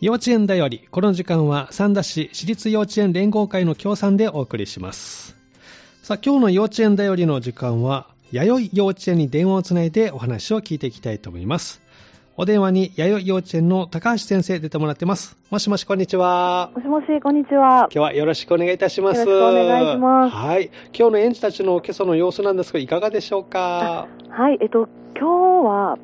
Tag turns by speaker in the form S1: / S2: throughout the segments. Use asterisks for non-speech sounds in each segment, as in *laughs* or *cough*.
S1: 幼稚園だより、この時間は三田市私立幼稚園連合会の協賛でお送りします。さあ、今日の幼稚園だよりの時間は、弥生幼稚園に電話をつないでお話を聞いていきたいと思います。お電話に弥生幼稚園の高橋先生出てもらってます。もしもし、こんにちは。
S2: もしもし、こんにちは
S1: 今。日はよろしくお願いいたします。
S2: よろしくお願いします
S1: はい。今日の園児たちの今朝の様子なんですが、いかがでしょうか
S2: はい、えっと、今日は、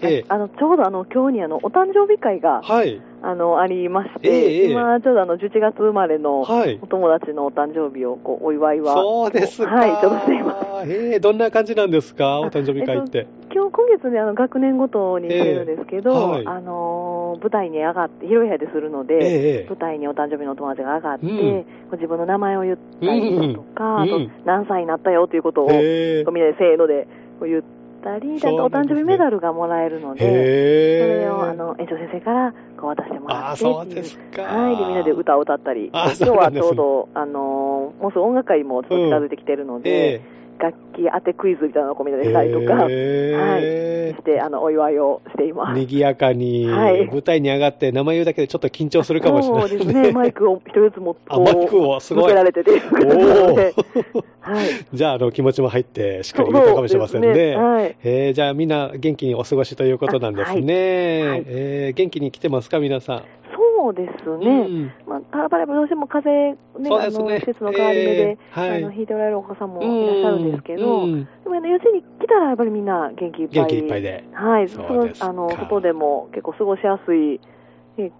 S1: ええ。
S2: あの、ちょうどあの、今日にあの、お誕生日会が、
S1: はい。
S2: あの、ありまして、
S1: ええええ
S2: 今、ちょうどあの、11月生まれの、
S1: はい
S2: お。友達のお誕生日を、こう、お祝いは。
S1: そうですか。
S2: はい、ちょうどしています。
S1: ええどんな感じなんですかお誕生日会って。
S2: 今日、今月ね、あの、学年ごとに入れるんですけど、
S1: ええはい
S2: あのー、舞台に上がって、広い部屋でするの
S1: え
S2: で、
S1: えええ
S2: 舞台にお誕生日のお友達が上がって、
S1: うん
S2: こう自分の名前を言ったりとか、
S1: うん
S2: あ
S1: う
S2: と
S1: ん、
S2: 何歳になったよということを、
S1: へえ
S2: みんなでせーのでこう言ったり、
S1: そう
S2: お
S1: なん
S2: 誕
S1: ですね
S2: 生日メダルがもらえるので、そ
S1: へ
S2: れ
S1: え
S2: をあの園長先生からこう渡してもら
S1: ああ
S2: ってっていう
S1: そうですか
S2: はい、でみんなで歌を歌ったり、
S1: あ
S2: 今日
S1: そうな
S2: は
S1: んで
S2: ち
S1: すね
S2: ょうど、あのーもうすぐ音楽会もちょっと近づいてきてるの
S1: え
S2: で、楽器当てクイズみたいなのをこうみんなでしたりとか、
S1: へえ
S2: してあのお祝いをしています。
S1: 賑やかに、
S2: はい
S1: 舞台に上がって名前言うだけでちょっと緊張するかもしれない
S2: そうですね、マイクを一人ずつ持って、
S1: あマイクをすごい
S2: 向けられてて、
S1: おー
S2: で
S1: *laughs*
S2: はい、
S1: じゃああの気持ちも入ってしっかり言ったかもしれませんね
S2: そうですはい
S1: えーじゃあみんな元気にお過ごしということなんですね、
S2: あはいはい
S1: えー元気に来てますか皆さ
S2: そうです
S1: ん、
S2: ね。
S1: うん
S2: まあ、パラパラどうしても風邪、ね
S1: そうで
S2: あ
S1: す
S2: の
S1: ね
S2: 季節の変わり目で、
S1: えーはい
S2: あの引いておられるお子さんもいらっしゃるんですけど、
S1: うん
S2: で
S1: うん
S2: もあの幼稚園に来たらやっぱりみんな元気いっぱい、
S1: 元気いっぱいで
S2: はい、
S1: そ
S2: そう
S1: ですか
S2: のあの外でも結構過ごしやすい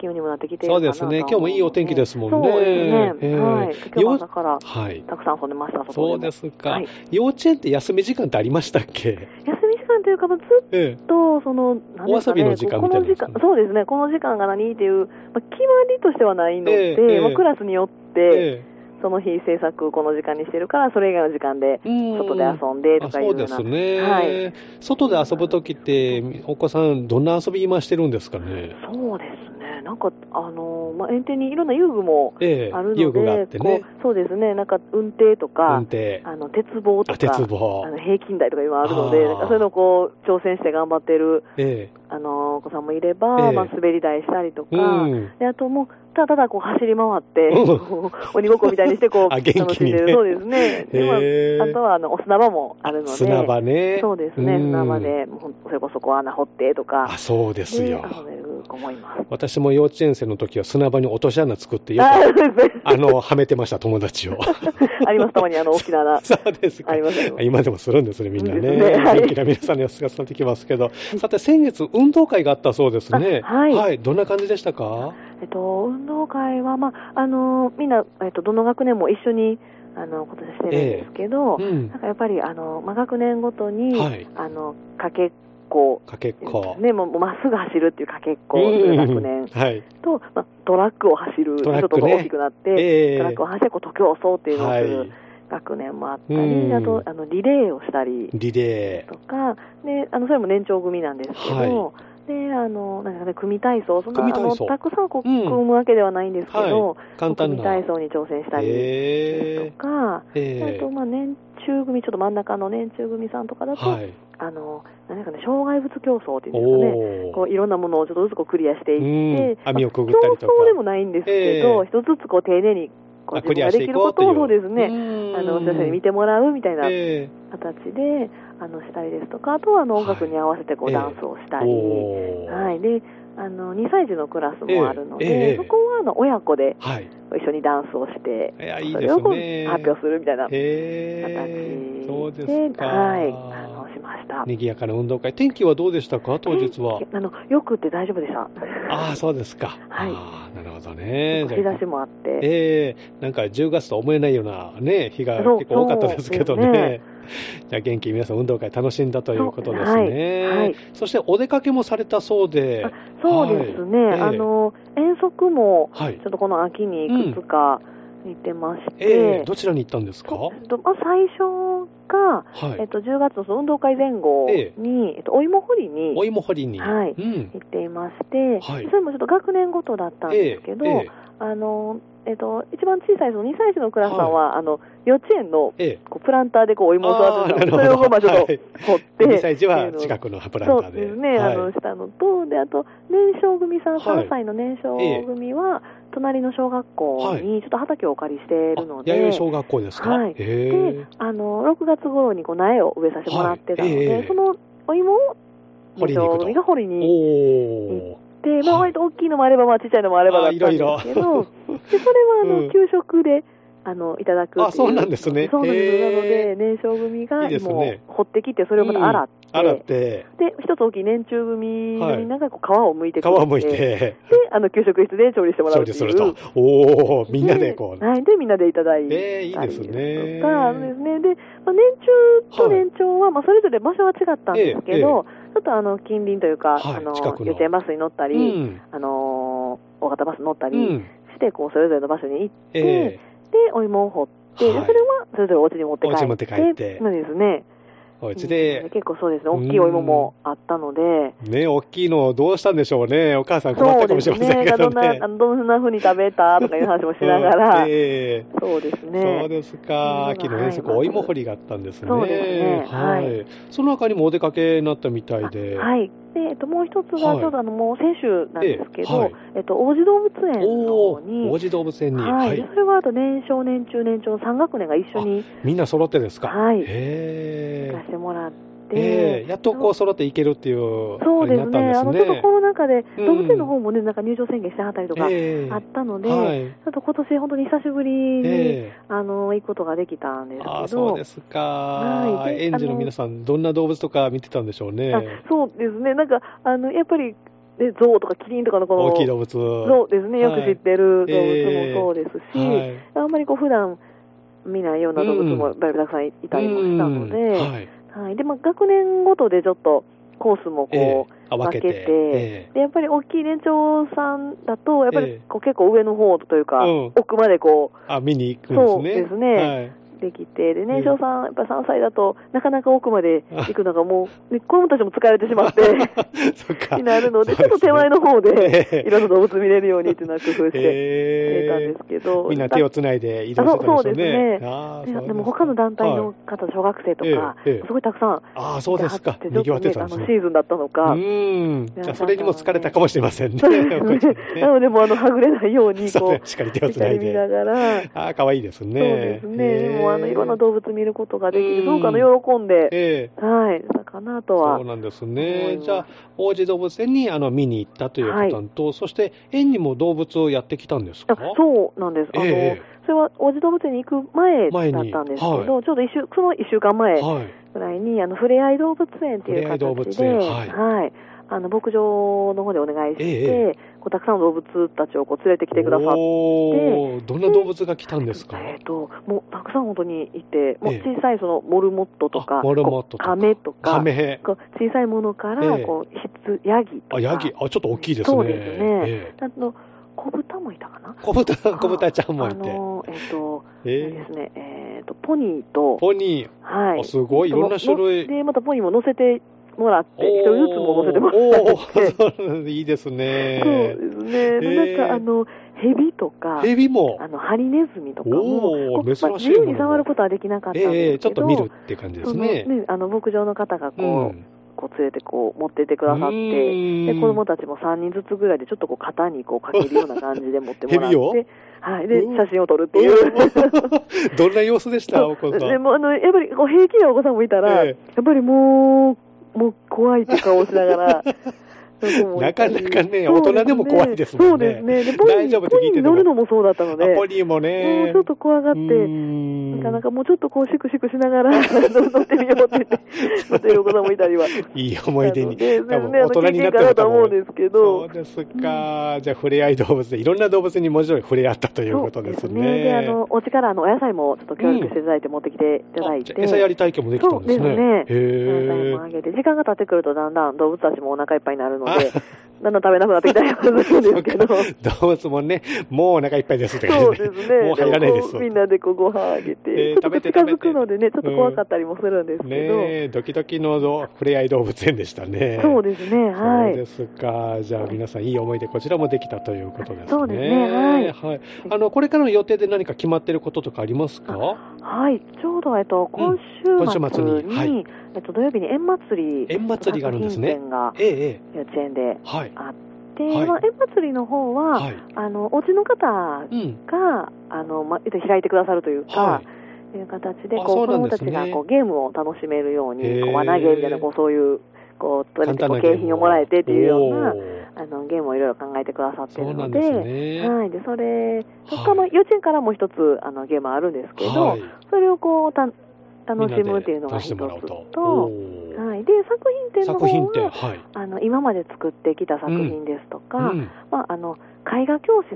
S2: 気温にもなってきている
S1: そう
S2: かな
S1: ですね、今日もいいお天気ですもんね。
S2: そうですね、
S1: えー
S2: はい、今日
S1: よ
S2: は朝から
S1: はい。
S2: たくさん遊んでました、外
S1: そう
S2: で
S1: で
S2: も
S1: すか、
S2: はい
S1: 幼稚園って休み時間ってありましたっけ、
S2: 休み時間というか、まあずっ
S1: ええ
S2: とその、なんですか
S1: お遊び
S2: ね、
S1: の時間
S2: こうこの
S1: み
S2: 時
S1: たいな
S2: 間、そうですね、この時間が何っていう、まあ、決まりとしてはないので、
S1: ええええ
S2: まあ、クラスによって、
S1: え
S2: その日制作この時間にしてるから、それ以外の時間で
S1: えうん
S2: 外で遊んでとかいうような。
S1: あそうですね、
S2: はい。
S1: 外で遊ぶときって、お子さん、どんな遊び今してるんですかね、
S2: そうですね。なんか、あのー、まあ、園庭にいろんな遊具も
S1: ええ
S2: あるので、
S1: 遊具があってね
S2: こ、うそうですね。なんか、運転とか
S1: 運、転、
S2: あの、鉄棒と
S1: あ
S2: か、
S1: 鉄
S2: あ
S1: 棒、
S2: の平均台とか今あるの
S1: あ
S2: で、
S1: ー
S2: なんかそういうのをこう、挑戦して頑張ってる、
S1: ええ
S2: あのー、お子さんもいれば、
S1: ええ
S2: まあ、滑り台したりとか、
S1: うん、
S2: であともう、ただただこう走り回って、
S1: うん
S2: こう *laughs* 鬼ごっこみたいにしてこう、
S1: あ
S2: 楽
S1: 元気にね
S2: しんでる。そうですね。でまあ
S1: へー
S2: あとはあのお砂場もあるので、
S1: 砂場ね、
S2: そうですね、
S1: うん
S2: 砂場で、もうほんそれこそこう穴掘ってとか、
S1: あそうですよ、
S2: 遊べる子もいます。
S1: 私も幼稚園生の時は砂場に落とし穴作って、よく
S2: あそうですね
S1: あの、はめてました、友達を。
S2: *laughs* あります、たまにあの大きな
S1: *laughs*
S2: 穴。
S1: そうですか
S2: ありますありま。す
S1: 今でもするんですね、みんな
S2: う
S1: ね。
S2: んですねはい
S1: 元気な皆さんの様子が伝わってきますけど。さて、先月、運動会があったそうですね。
S2: あはい
S1: どんな感じでしたか
S2: えっと、運動会は、まああのみんな、えっと、どの学年も一緒にあの今年してるんですけど、
S1: うん
S2: なん。かやっぱりあの、まあ、学年ごとに、
S1: はい
S2: あのかけっこ、
S1: かけっこ。
S2: ね、もうもうまっすぐ走るっていうかけっこ
S1: う
S2: というん学年
S1: はい。
S2: と、まあ、トラックを走る、
S1: トラ
S2: ち
S1: ッ
S2: ょっと
S1: クね
S2: 大きくなって、
S1: ええ
S2: トラックを走ってこう時を襲うっていうのをする。
S1: はい
S2: 学年もあったり、
S1: うん
S2: あとあのリレーをしたり
S1: リレ
S2: とか、であのそれも年長組なんですけど、
S1: は
S2: であのなんかね、組体操、そんな
S1: 組体操
S2: あのたくさんこう、
S1: うん
S2: 組むわけではないんですけど、
S1: はい簡単な
S2: 組体操に挑戦し
S1: ー。
S2: たりと
S1: え
S2: か、
S1: ー、え
S2: あと、まあ、年中組、ちょっと真ん中の年中組さんとかだと、
S1: ー、はい。
S2: あのなんかね、障害物競争っていうんですかね。こ
S1: お
S2: ういろんなものをちょっとずつこうクリアしていっ
S1: う
S2: て
S1: ん、網をくぐったりとか
S2: 競争でもないんですけど、
S1: ええ
S2: 一つずつこう丁寧にこう
S1: あク
S2: 自分
S1: リア
S2: が
S1: し
S2: で
S1: てい
S2: きる
S1: こう
S2: こと
S1: いう
S2: とをそうですね、
S1: うん
S2: あの先生に見てもらうみたいな
S1: え
S2: 形で、あのしたりですとか、あとはあの
S1: はい
S2: 音楽に合わせてこ
S1: え
S2: う
S1: え
S2: ダンスをした
S1: ー、
S2: り、
S1: おー
S2: はい、であの2歳児のクラスもあるので、
S1: ええええ
S2: そこはあの親子で
S1: はい。
S2: 一緒にダンスをして、
S1: いやいい
S2: そ
S1: で
S2: れ
S1: す
S2: をこう
S1: ね
S2: 発表するみたいな形で、
S1: えー、そうですか。
S2: はい、あのしました。
S1: 賑やかな運動会。天気はどうでしたか当日は。
S2: あのよくって大丈夫でした。
S1: ああ、そうですか。
S2: はい
S1: ああ、なるほど
S2: *laughs*
S1: ね。
S2: 日
S1: じゃ
S2: 差
S1: あ
S2: しもあって、
S1: ええなんか10月とは思えないようなね、日が
S2: そう
S1: 結構多かったですけど
S2: そうで
S1: ね
S2: す。
S1: じゃあ元気に皆さん運動会楽しんだということですね。
S2: そうはいはい
S1: そしてお出かけもされたそうで
S2: あ。そうですね、
S1: はいええ
S2: あの遠足も
S1: はい
S2: ちょっとこの秋にいくつか行ってまし
S1: ええ
S2: て、
S1: どちらに行ったんですか
S2: そうえっとまあ、最初が、
S1: はい。
S2: えっと、10月のその運動会前後
S1: え
S2: に、えっと、お芋掘りに
S1: お芋掘りに。
S2: はい
S1: うん。
S2: 行っていまして、
S1: はい
S2: それもちょっと学年ごとだったんですけど、
S1: ええええ
S2: あのえっと、一番小さいその2歳児のクラスさんは、あの幼稚園の
S1: ええ。
S2: こうプランターでこうお芋を育ててた
S1: あーな
S2: そ
S1: るほ
S2: れ
S1: ど
S2: をこうまあちょっと
S1: はい
S2: 掘って、
S1: 2歳児は
S2: っていうの
S1: 近
S2: を
S1: くのハプラン
S2: そ
S1: ター
S2: う
S1: で。
S2: ですね、
S1: はい
S2: あのしたのと、であと、年少組さん、
S1: はい
S2: 3歳の年少組は、隣の小学校にちょっと畑をお借りしているので、
S1: あ弥生小学校ですか。
S2: はい
S1: へ
S2: であの6月頃にこう苗を植えさせてもらってたので、
S1: はいええ
S2: そのお芋を
S1: 掘りに行くと
S2: 年少組が掘り
S1: え。お
S2: に
S1: お。
S2: 行って、ま
S1: は
S2: あ、
S1: い
S2: 割と大きいのもあれば、まあ、ちっちゃいのもあればだ
S1: あ
S2: ったんですけど、
S1: いろいろ
S2: でそれはあ
S1: うん
S2: の給食で。あのいただくってい
S1: あそうなんですね
S2: そうなんです
S1: へえ
S2: なので年少組
S1: い
S2: が
S1: いですね
S2: 芋を掘ってきてそれをまた洗って、
S1: 洗って
S2: で一つ大きい年中組のみんながこう皮を剥いて
S1: 皮
S2: くれて
S1: をむいて
S2: であの給食室で調理してもらう
S1: 調
S2: って
S1: 理
S2: いう
S1: すると。おお。みんなでこう。
S2: はい、でみんなでいただいたり
S1: ええいいですね
S2: とかそうですねで、まあ、年中と年長は、まあ、それぞれ場所は違ったんですけど、
S1: ええええ
S2: ちょっとあの近隣という
S1: は
S2: か、
S1: い
S2: あの
S1: 近くの
S2: 幼稚園バスに乗ったり、
S1: うん。
S2: あの大型バスに乗った
S1: う
S2: り
S1: ん。
S2: して、こうそれぞれの場所に行って、
S1: ええ。
S2: お芋を掘って、で
S1: はい
S2: それはそれぞれお家に持って
S1: お
S2: 帰っ
S1: 家
S2: て
S1: に持って帰って
S2: そうですね
S1: おうち
S2: うん
S1: で。
S2: 結構そうですね大きいお芋もあったので。
S1: ね、大きいのをどうしたんでしょうね。お母さん困っ
S2: そ
S1: た
S2: う
S1: かも
S2: で
S1: し
S2: す
S1: れません
S2: ね
S1: け、ど
S2: どんな
S1: ね
S2: あ。のどんな風に食べたとかいう話もしながら、
S1: うん *laughs* ええ
S2: そうですね。
S1: そうですか、
S2: うん
S1: 秋の遠足、
S2: はい
S1: お芋掘りがあったんですね。
S2: そうですね
S1: は
S2: はい
S1: い。その中にもお出かけになったみたいで。
S2: あはい。で、えっと、もう一つ
S1: は
S2: は、
S1: い
S2: ちょうどあの、もう先週なんですけど、え
S1: ええはい
S2: っと、王子動物園
S1: お
S2: の方
S1: お、
S2: に、
S1: 王子動物園に。
S2: は。
S1: はい
S2: で
S1: い。
S2: それは、あと、年少、年中、年長の3学年が一緒に
S1: みんな揃ってですか。
S2: はい
S1: へ
S2: 行か
S1: ー
S2: せてもらって、
S1: ええやっとこう揃って行けるっていう、
S2: そうで
S1: あれ
S2: す
S1: に
S2: ね。
S1: な
S2: あ
S1: ったん
S2: の、ち
S1: で
S2: ょ
S1: す
S2: っとコロナ禍で、
S1: うん
S2: 動物園の方もね、なんか入場宣言してはったりとか、
S1: ええ
S2: あったので、
S1: は
S2: ち
S1: い。
S2: ょっと今年本当に久しぶりに、
S1: ええ
S2: あの、行くことができたんですけど、
S1: ああ、そうですか。
S2: はいで
S1: 園児の皆さん、どんな動物とか見てたんでしょうね。
S2: あそうですね、なんか、あのやっぱり、ね、ゾウとかキリンとかのこの、
S1: 大きい動物。
S2: そうですね、よく知ってる
S1: は
S2: 動
S1: いええ
S2: 物もそうですし、
S1: はい
S2: あんまりこう普段見ないような動物
S1: う
S2: も
S1: ん
S2: だいぶたくさんいたりもしたので、
S1: うん
S2: はい
S1: はい。
S2: でまあ、学年ごとでちょっとコースもこう、
S1: あ分けて。え
S2: でやっぱり大きい年長さんだと、やっぱ
S1: ええ
S2: りこう結構上の方というか、
S1: うん
S2: 奥までこう
S1: えあ、見に行くんですね。
S2: そうですね
S1: はい。
S2: できて、で年少さん、やっぱ3歳だとなかなか奥まで行くのがもう、ね、子供たちも疲れてしま
S1: *laughs*
S2: って。
S1: そっか。
S2: になるので、
S1: そう
S2: ちょっと手前の方
S1: ええ
S2: で、いろんな動物見れるようにっていうのは工夫してく
S1: え
S2: れたんですけど、
S1: みんな手を
S2: だ
S1: つないで移動してたんでしょうね。あ
S2: ね
S1: ーそうですね。
S2: でも他の団体の
S1: はい
S2: 方、小学生とか、
S1: ええええ
S2: すごいたくさん、
S1: ああ、そうですか。
S2: い
S1: 賑
S2: ては
S1: わ
S2: っ
S1: ってて
S2: ちょ
S1: た
S2: っ
S1: んです
S2: とね、あの
S1: ね。
S2: シーズンだったの
S1: う
S2: か、
S1: ー
S2: *laughs*
S1: ん。
S2: 皆
S1: じゃ
S2: さ
S1: あ、
S2: ん
S1: それにも疲れたかもしれませんね。
S2: *laughs* そ
S1: *laughs*
S2: うです
S1: お
S2: ね
S1: 母さんね
S2: なので、もうあのはぐれないように、
S1: そう
S2: こ
S1: ね
S2: う、
S1: しっかり手をつな
S2: 光
S1: い
S2: 見な
S1: で。
S2: がら、そう
S1: ああ、かわいいですね。
S2: ですね、もうあのいろんな動物見ることができ
S1: う
S2: て、
S1: ん
S2: すごくあの喜んで、
S1: ええ
S2: はい、だかなとは
S1: そう。なんです
S2: 思い
S1: ね。
S2: ます
S1: じゃあ、王子動物園にあの見に行ったという方と、そして園にも動物をやってきたんですか
S2: あそうなんです、あの
S1: ええ
S2: それは王子動物園に行く前
S1: 前
S2: だっ
S1: に
S2: たんですけど、
S1: はい
S2: ちょうど一週その1週間前
S1: はい。
S2: ぐらいに、あのふれあい動物園っていう
S1: ふれあい
S2: 形で、
S1: 動物園はい
S2: はいあの牧場の方でお願いして、
S1: ええ
S2: こうたくさんの動物たちをこう連れてきてくださって。
S1: おーどんな動物が来たんですか
S2: えっともうたくさん本当にいて、もう
S1: ええ
S2: 小さいそのモルモットと
S1: あ
S2: か、
S1: モルモットとか
S2: こうカメとか、
S1: カメ。
S2: こう小さいものから
S1: ええ
S2: こう、ヒツヤギとか、
S1: あ、ヤギ。あ、ちょっと大きいですね。
S2: そうですね
S1: ええ
S2: あと小豚もいたかな、
S1: 小豚、小豚ちゃんもい
S2: あ
S1: て。
S2: のえっ、と、
S1: え
S2: で
S1: え
S2: すね、えっ、とポニーと、
S1: ポニー。
S2: は
S1: あ
S2: い、
S1: すごい、いろんな種類。
S2: で、またポニーも乗せてもらって、一人ずつも乗せても
S1: お
S2: らっ
S1: ー
S2: て、
S1: おー *laughs* そうなんですいいですね。
S2: そうですね、
S1: えー
S2: なんかあの、ヘビとか、
S1: エビも。
S2: あのハリネズミとかも、
S1: おー
S2: こうま
S1: 珍
S2: あ
S1: しい
S2: 自
S1: もの
S2: 由に触ることはできなかったん
S1: え
S2: ですけど、
S1: えちょっと見るっていう感じですね。
S2: そのね、あの牧場の方がこう、
S1: ん。
S2: こう連れてこう持ってってくださっ
S1: う
S2: て、で
S1: ーん
S2: 子供たちも3人ずつぐらいで、ちょっとこう肩にこうかけるような感じで持ってもらっ
S1: ヘビを
S2: て、はい、で
S1: うん
S2: 写真を撮るっていう。
S1: どんな様子でした、お子さん。
S2: でもあのやっぱりこう平気なお子さんもいたら、
S1: ええ
S2: やっぱりもう、もう怖いって顔をしながら、
S1: *laughs* なかなかね
S2: そう
S1: 大人でも怖いですもんね
S2: そうですね、でポニ
S1: 大丈夫
S2: ー
S1: って
S2: ポ
S1: 聞い
S2: ニ
S1: てて
S2: ーに
S1: も
S2: 乗るのもそうだったので、
S1: あ
S2: も
S1: ポ
S2: う
S1: ニーもね。
S2: ちょっと怖がって、な
S1: な
S2: かなかもうちょっとこう、シクシクしながら、乗ってみようって言って、乗ってるお子さんもいたりは。
S1: いい思い出
S2: なの
S1: に。
S2: で
S1: 多分
S2: ねあの
S1: 大人になって
S2: 経験か
S1: も
S2: なと
S1: 多
S2: は思うん
S1: 分
S2: ですけ
S1: そ
S2: ど
S1: う。ですか。じゃあ、触れ合い動物で、いろんな動物にもちろん触れ合ったということです
S2: そうねで、あ
S1: ね。
S2: の、お家からあのお野菜もちょっと協力していただいて、持ってきていただい
S1: あじ
S2: て
S1: ゃ。あ餌やり体験もできたんですね。
S2: そうですね
S1: へ
S2: お野菜
S1: え
S2: も。あげて、時間が経ってくるとだんだん動物たちもお腹いっぱいになるので、だんだん食べなくなってきたりはするんです
S1: *laughs*
S2: けど。
S1: 動物もね、もうお腹いっぱいですって
S2: そ
S1: 感
S2: う
S1: じ
S2: で
S1: で、
S2: すね。
S1: もう入らないです
S2: こうみんなでこうご飯あげて、
S1: えー
S2: ちょっと近づくのでね、ちょ
S1: 食べ
S2: ってと
S1: 食べて
S2: 怖かったりもするんですけど。
S1: ねえ、ドキドキのど触れ合い動物園でしたね。
S2: そうですね、は
S1: そうで
S2: い。
S1: すか。じゃあ皆さんいい思い出こちらもできたということですね。
S2: そうですねはい
S1: はい。あのこれからの予定で何か決まってることとかありますか？
S2: はい、ちょうど、えっと、今週
S1: 今週末
S2: 末
S1: に
S2: に、
S1: はい
S2: えっと、土曜日に円祭り、
S1: 円祭りがあるんですね
S2: 作品展が
S1: ええええ
S2: 幼稚園で
S1: はい
S2: あって、
S1: はい
S2: まあ、円祭りの方は、
S1: はい。
S2: あの、お家の方
S1: うん
S2: が、あの、ま、えっと開いてくださるというか、
S1: はい
S2: いう形で、
S1: あ
S2: こ、
S1: そう
S2: 子
S1: うなん
S2: 供
S1: で
S2: た
S1: す
S2: ち
S1: ね
S2: がこうゲームを楽しめるよう
S1: へー
S2: に、こう輪投げみたいな、こうそういう、こう、
S1: い。
S2: 取れてこう景品をもらえてっていうような
S1: おー、
S2: あの、ゲームをいろいろ考えてくださって
S1: そ
S2: る
S1: うな
S2: の
S1: ん
S2: で、
S1: ですね。
S2: はい。で、それ、そ
S1: はい
S2: こから幼稚園からも一つ、あの、ゲームあるんですけど、
S1: はい
S2: それをこう、た楽
S1: みんなで
S2: しむっていうのが
S1: 楽し
S2: 一
S1: ん
S2: つ
S1: でもらうと
S2: と、
S1: おー
S2: はい。で、作品展の
S1: 作品
S2: 方
S1: 展
S2: は、
S1: はい。
S2: あの、今まで作ってきた作品ですと
S1: う
S2: か、
S1: ん
S2: まあ、あの、絵画教室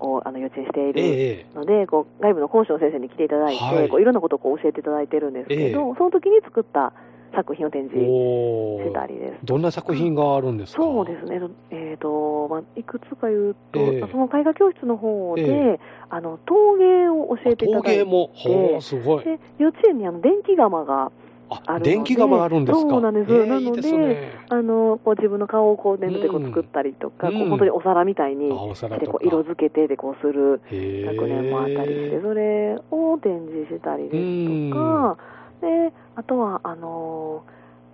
S2: を、あの、幼稚園してい
S1: え
S2: る、
S1: ええ
S2: のでこう外部の講師の先生に来ていただいて、
S1: はい
S2: い、こういろんなことをこう教えていただいてるんですけど、
S1: ええ
S2: その時に作った作品を展
S1: え
S2: 示
S1: お
S2: してた
S1: ー
S2: りです。
S1: どんな作品があるんですか？
S2: そうですね、えーとまあ、いくつか言うと、
S1: ええ
S2: その絵画教室の方で、
S1: ええ
S2: あの陶芸を教えていた
S1: 陶
S2: だい
S1: 芸
S2: て、
S1: も、ほう、すごい。
S2: で幼稚園にあの電気窯があ
S1: あ、
S2: るので
S1: 電気窯があるんですか。
S2: そうなんです
S1: えー
S2: なので
S1: いいですね。
S2: あのこう自分の顔をこう粘土でこう作ったりと
S1: う
S2: か、
S1: ん
S2: こう本当にお皿みたいに
S1: あお皿
S2: で
S1: と
S2: こ
S1: か
S2: う。色付けてでこうする
S1: へー
S2: 学年もあったりして、それを展示したりですとか、であとは、あの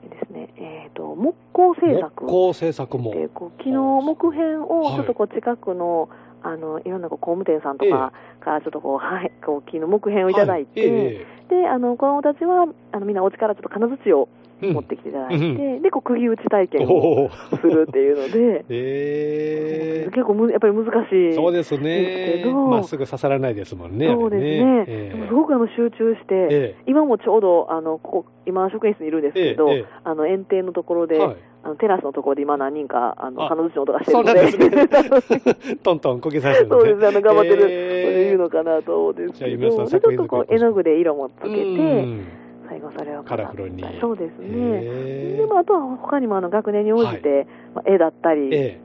S2: ーですね、えっ、と、木工製作
S1: 木工製作も。
S2: で、こう昨日木片
S1: はい
S2: をちょっとこう近くの、あの、いろんなこう工務店さんとかからちょっとこう、はい、こう木の木片をいただいて、
S1: はえ
S2: で、あの、子供たちは、あの、みんなお家からちょっと金槌を
S1: え
S2: 持ってきていただいて、
S1: うん
S2: で、こう、釘打ち体験を
S1: おお。、
S2: するっていうので
S1: *laughs* ええ
S2: 結構む、やっぱり難しい。
S1: そうです
S2: です
S1: ね
S2: け。ど
S1: まっすぐ刺さらないですもんね。
S2: そうです
S1: あ
S2: ね、
S1: れ
S2: でもすごくあの集中して、
S1: ええ
S2: 今もちょうどあのここ、今、職員室にいるんですけど、
S1: ええええ
S2: あの園庭のところで、
S1: はい
S2: あのテラスのところで今、何人かあの
S1: あ
S2: 金槌の音がしてる
S1: そうな
S2: の
S1: んで
S2: で、
S1: す
S2: *laughs*
S1: ね。トントンこけさせる
S2: そうですね、あの頑張ってる、
S1: ええ
S2: そういうのかなと思うんです
S1: じゃあ
S2: け
S1: 皆さ
S2: ど、
S1: ん
S2: でち
S1: 作
S2: ょっ
S1: 品
S2: と
S1: 作
S2: こ
S1: り
S2: う絵の具で色もつけ
S1: う
S2: て、
S1: ん
S2: 最後、それを
S1: カラフル
S2: 飾っ
S1: に
S2: たりそうですね。
S1: へえ
S2: でもあとは他にもあの学年に応じて、まあ絵だったり、
S1: え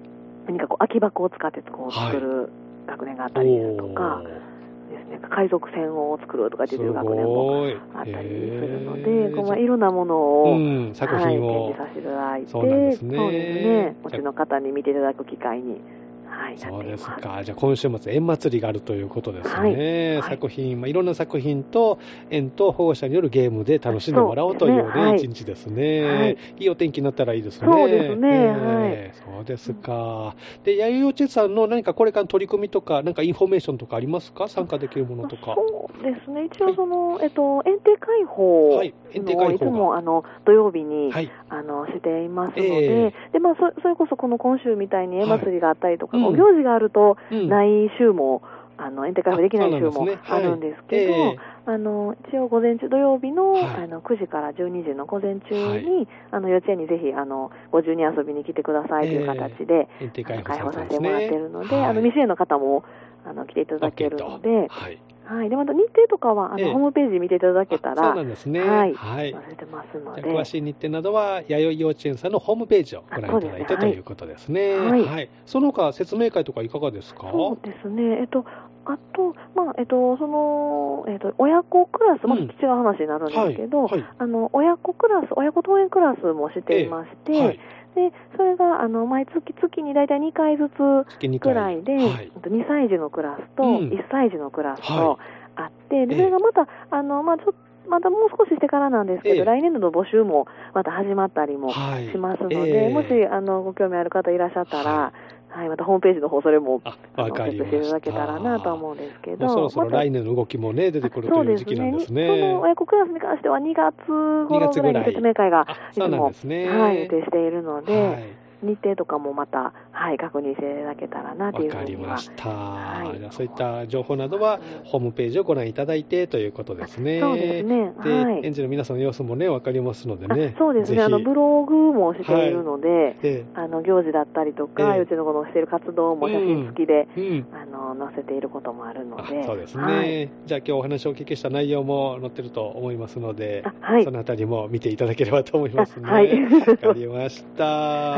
S2: 何かこう空き箱を使ってこう作る学年があったりですとか、
S1: おー
S2: ですね、海賊船を作ろうとかって
S1: す
S2: いう学年も
S1: ごい。
S2: あったりするので、
S1: へえ
S2: こうまあ、いろんなものを、
S1: うん、作品を、
S2: はい、展示させていただいて、
S1: そうなんですね
S2: そうですねお家の方に見ていただく機会に、はい、な
S1: そう
S2: ってい
S1: で
S2: ますす。
S1: か。じゃあ今週末、縁祭りがあるということですね。
S2: はいはい
S1: 作品、まあ、いろんな作品と、縁と保護者によるゲームで楽しんでもらおうというね、
S2: そうですねはい
S1: 一日ですね、
S2: はい
S1: い。いお天気になったらいいですね。
S2: そうですね
S1: ええそうですか。で、弥生幼稚園さんの何かこれからの取り組みとか、何かインフォメーションとかありますか参加できるものと
S2: ま
S1: か。
S2: あそうですね、一応その、えっと、園庭開放のを、
S1: はい
S2: い、
S1: 園庭開放が
S2: つもあの土曜日に、
S1: はい。
S2: あのしています
S1: え
S2: ので、でまあ、そそれこそこの今週みたいに絵祭りがあったりとか、
S1: はい
S2: こう
S1: うん
S2: 行事があると、
S1: うん
S2: ない週も、あの、園庭開放できない週も
S1: あそ
S2: あ
S1: うな
S2: る
S1: ん
S2: ん
S1: で
S2: ですす
S1: ね
S2: けど、
S1: はい
S2: あの、一応午前中、土曜日の,、
S1: はい
S2: あの9時から12時の午前中に、
S1: はい
S2: あの、幼稚園にぜひ、あの、50人遊びに来てくださいという形で、
S1: 園庭
S2: あの
S1: 開
S2: 開
S1: 放
S2: 放
S1: さ
S2: さ
S1: れ
S2: せ
S1: て
S2: て
S1: ま
S2: も
S1: す
S2: らっ
S1: ね
S2: てるので、あの、
S1: はい
S2: 未成の方も、あの、来ていただける
S1: OK と
S2: ので、
S1: はい。
S2: はい。で、また日程とかは、あの、
S1: ええ
S2: ホームページ見ていただけた
S1: あそう
S2: ら、
S1: なんですね。
S2: はい
S1: はい。
S2: 載せてますの
S1: じ
S2: で、
S1: ゃあ詳しい日程などは、弥生幼稚園さんのホームページをご覧いただいて
S2: あそうですね
S1: ということですね。
S2: はい
S1: その他、説明会とかいかがですか
S2: そうですね、えっと、あと、まあ、えっと、その、えっと、親子クラス、また
S1: うん
S2: 違う話になるんですけど、
S1: はい。は
S2: あの親子クラス、親子登園クラスもしていまして、
S1: い。はい、
S2: でそれがあの毎月、月に大体2回ずつ
S1: 月2
S2: く
S1: 回。
S2: らいで、
S1: はい。
S2: 2歳児のクラスと
S1: うん
S2: 1歳児のクラス
S1: は
S2: とあって、で
S1: ええ
S2: それがまた、あのまあ、ちょっとまたもう少ししてからなんですけど、
S1: ええ
S2: 来年度の募集もまた始まったりもし
S1: はい
S2: ますので、
S1: ええ
S2: もしあのご興味ある方いらっしゃったら、
S1: は
S2: はいまたホームページの方それも
S1: あ、
S2: あの
S1: わかり
S2: チェ
S1: ま
S2: ッ
S1: し
S2: ク
S1: た。
S2: していただけたらなとは思うんですけど、
S1: もうそろそろ
S2: また
S1: 来年の動きもね、出てくるという時期なんですね。
S2: そうですねその親子クラスに関しては2月頃ぐらいに説明会が
S1: あ、
S2: いつ
S1: そうなん
S2: も、
S1: ですね。
S2: はい、予定しているので、
S1: はい
S2: 日程とかもまた、はい、確認していただけたらなと
S1: わ
S2: いうふ
S1: か
S2: う
S1: り
S2: に
S1: ま
S2: は。
S1: した、
S2: はい
S1: じゃあそういった情報などはホームページをご覧いただいてということですね。
S2: そうですね
S1: で
S2: はい
S1: 園児の皆さんの様子もね、わかりますので
S2: あ
S1: ね。
S2: そうです
S1: ぜひ
S2: ね、あのブログもしているので、
S1: え
S2: あの行事だったりと
S1: え
S2: か、
S1: え
S2: 幼稚園のことをしている活動も写真付きで、
S1: えうん。
S2: あの載せていることもあるの
S1: あ
S2: で、
S1: そうですね、
S2: はい
S1: じゃあ今日お話をお聞きした内容も載ってると思いますので、
S2: あはい
S1: そのあたりも見ていただければと思いますね。
S2: あはい
S1: わかりました。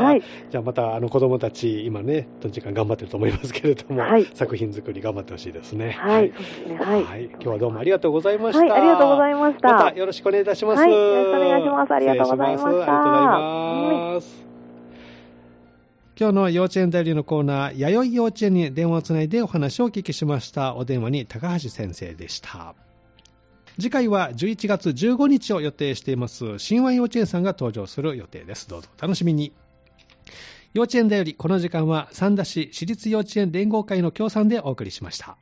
S2: *laughs* はい
S1: じゃあまたあの子供たち、今ね、どの時間頑張ってると思いますけれども、
S2: はい
S1: 作品作り頑張ってほしいですね。
S2: はい、そうですね、はい。
S1: はい、今日はどうもありがとうございました。
S2: はい、ありがとうございました。
S1: よろしくお願いいたします。
S2: はいよろしくお願いしますありがとうございました
S1: 失礼しますありがとうございます。今日の幼稚園代理のコーナー、弥生幼稚園に電話をつないでお話をお聞きしました。お電話に高橋先生でした。次回は11月15日を予定しています、新和幼稚園さんが登場する予定です。どうぞお楽しみに。幼稚園だよりこの時間は三田市私立幼稚園連合会の協賛でお送りしました。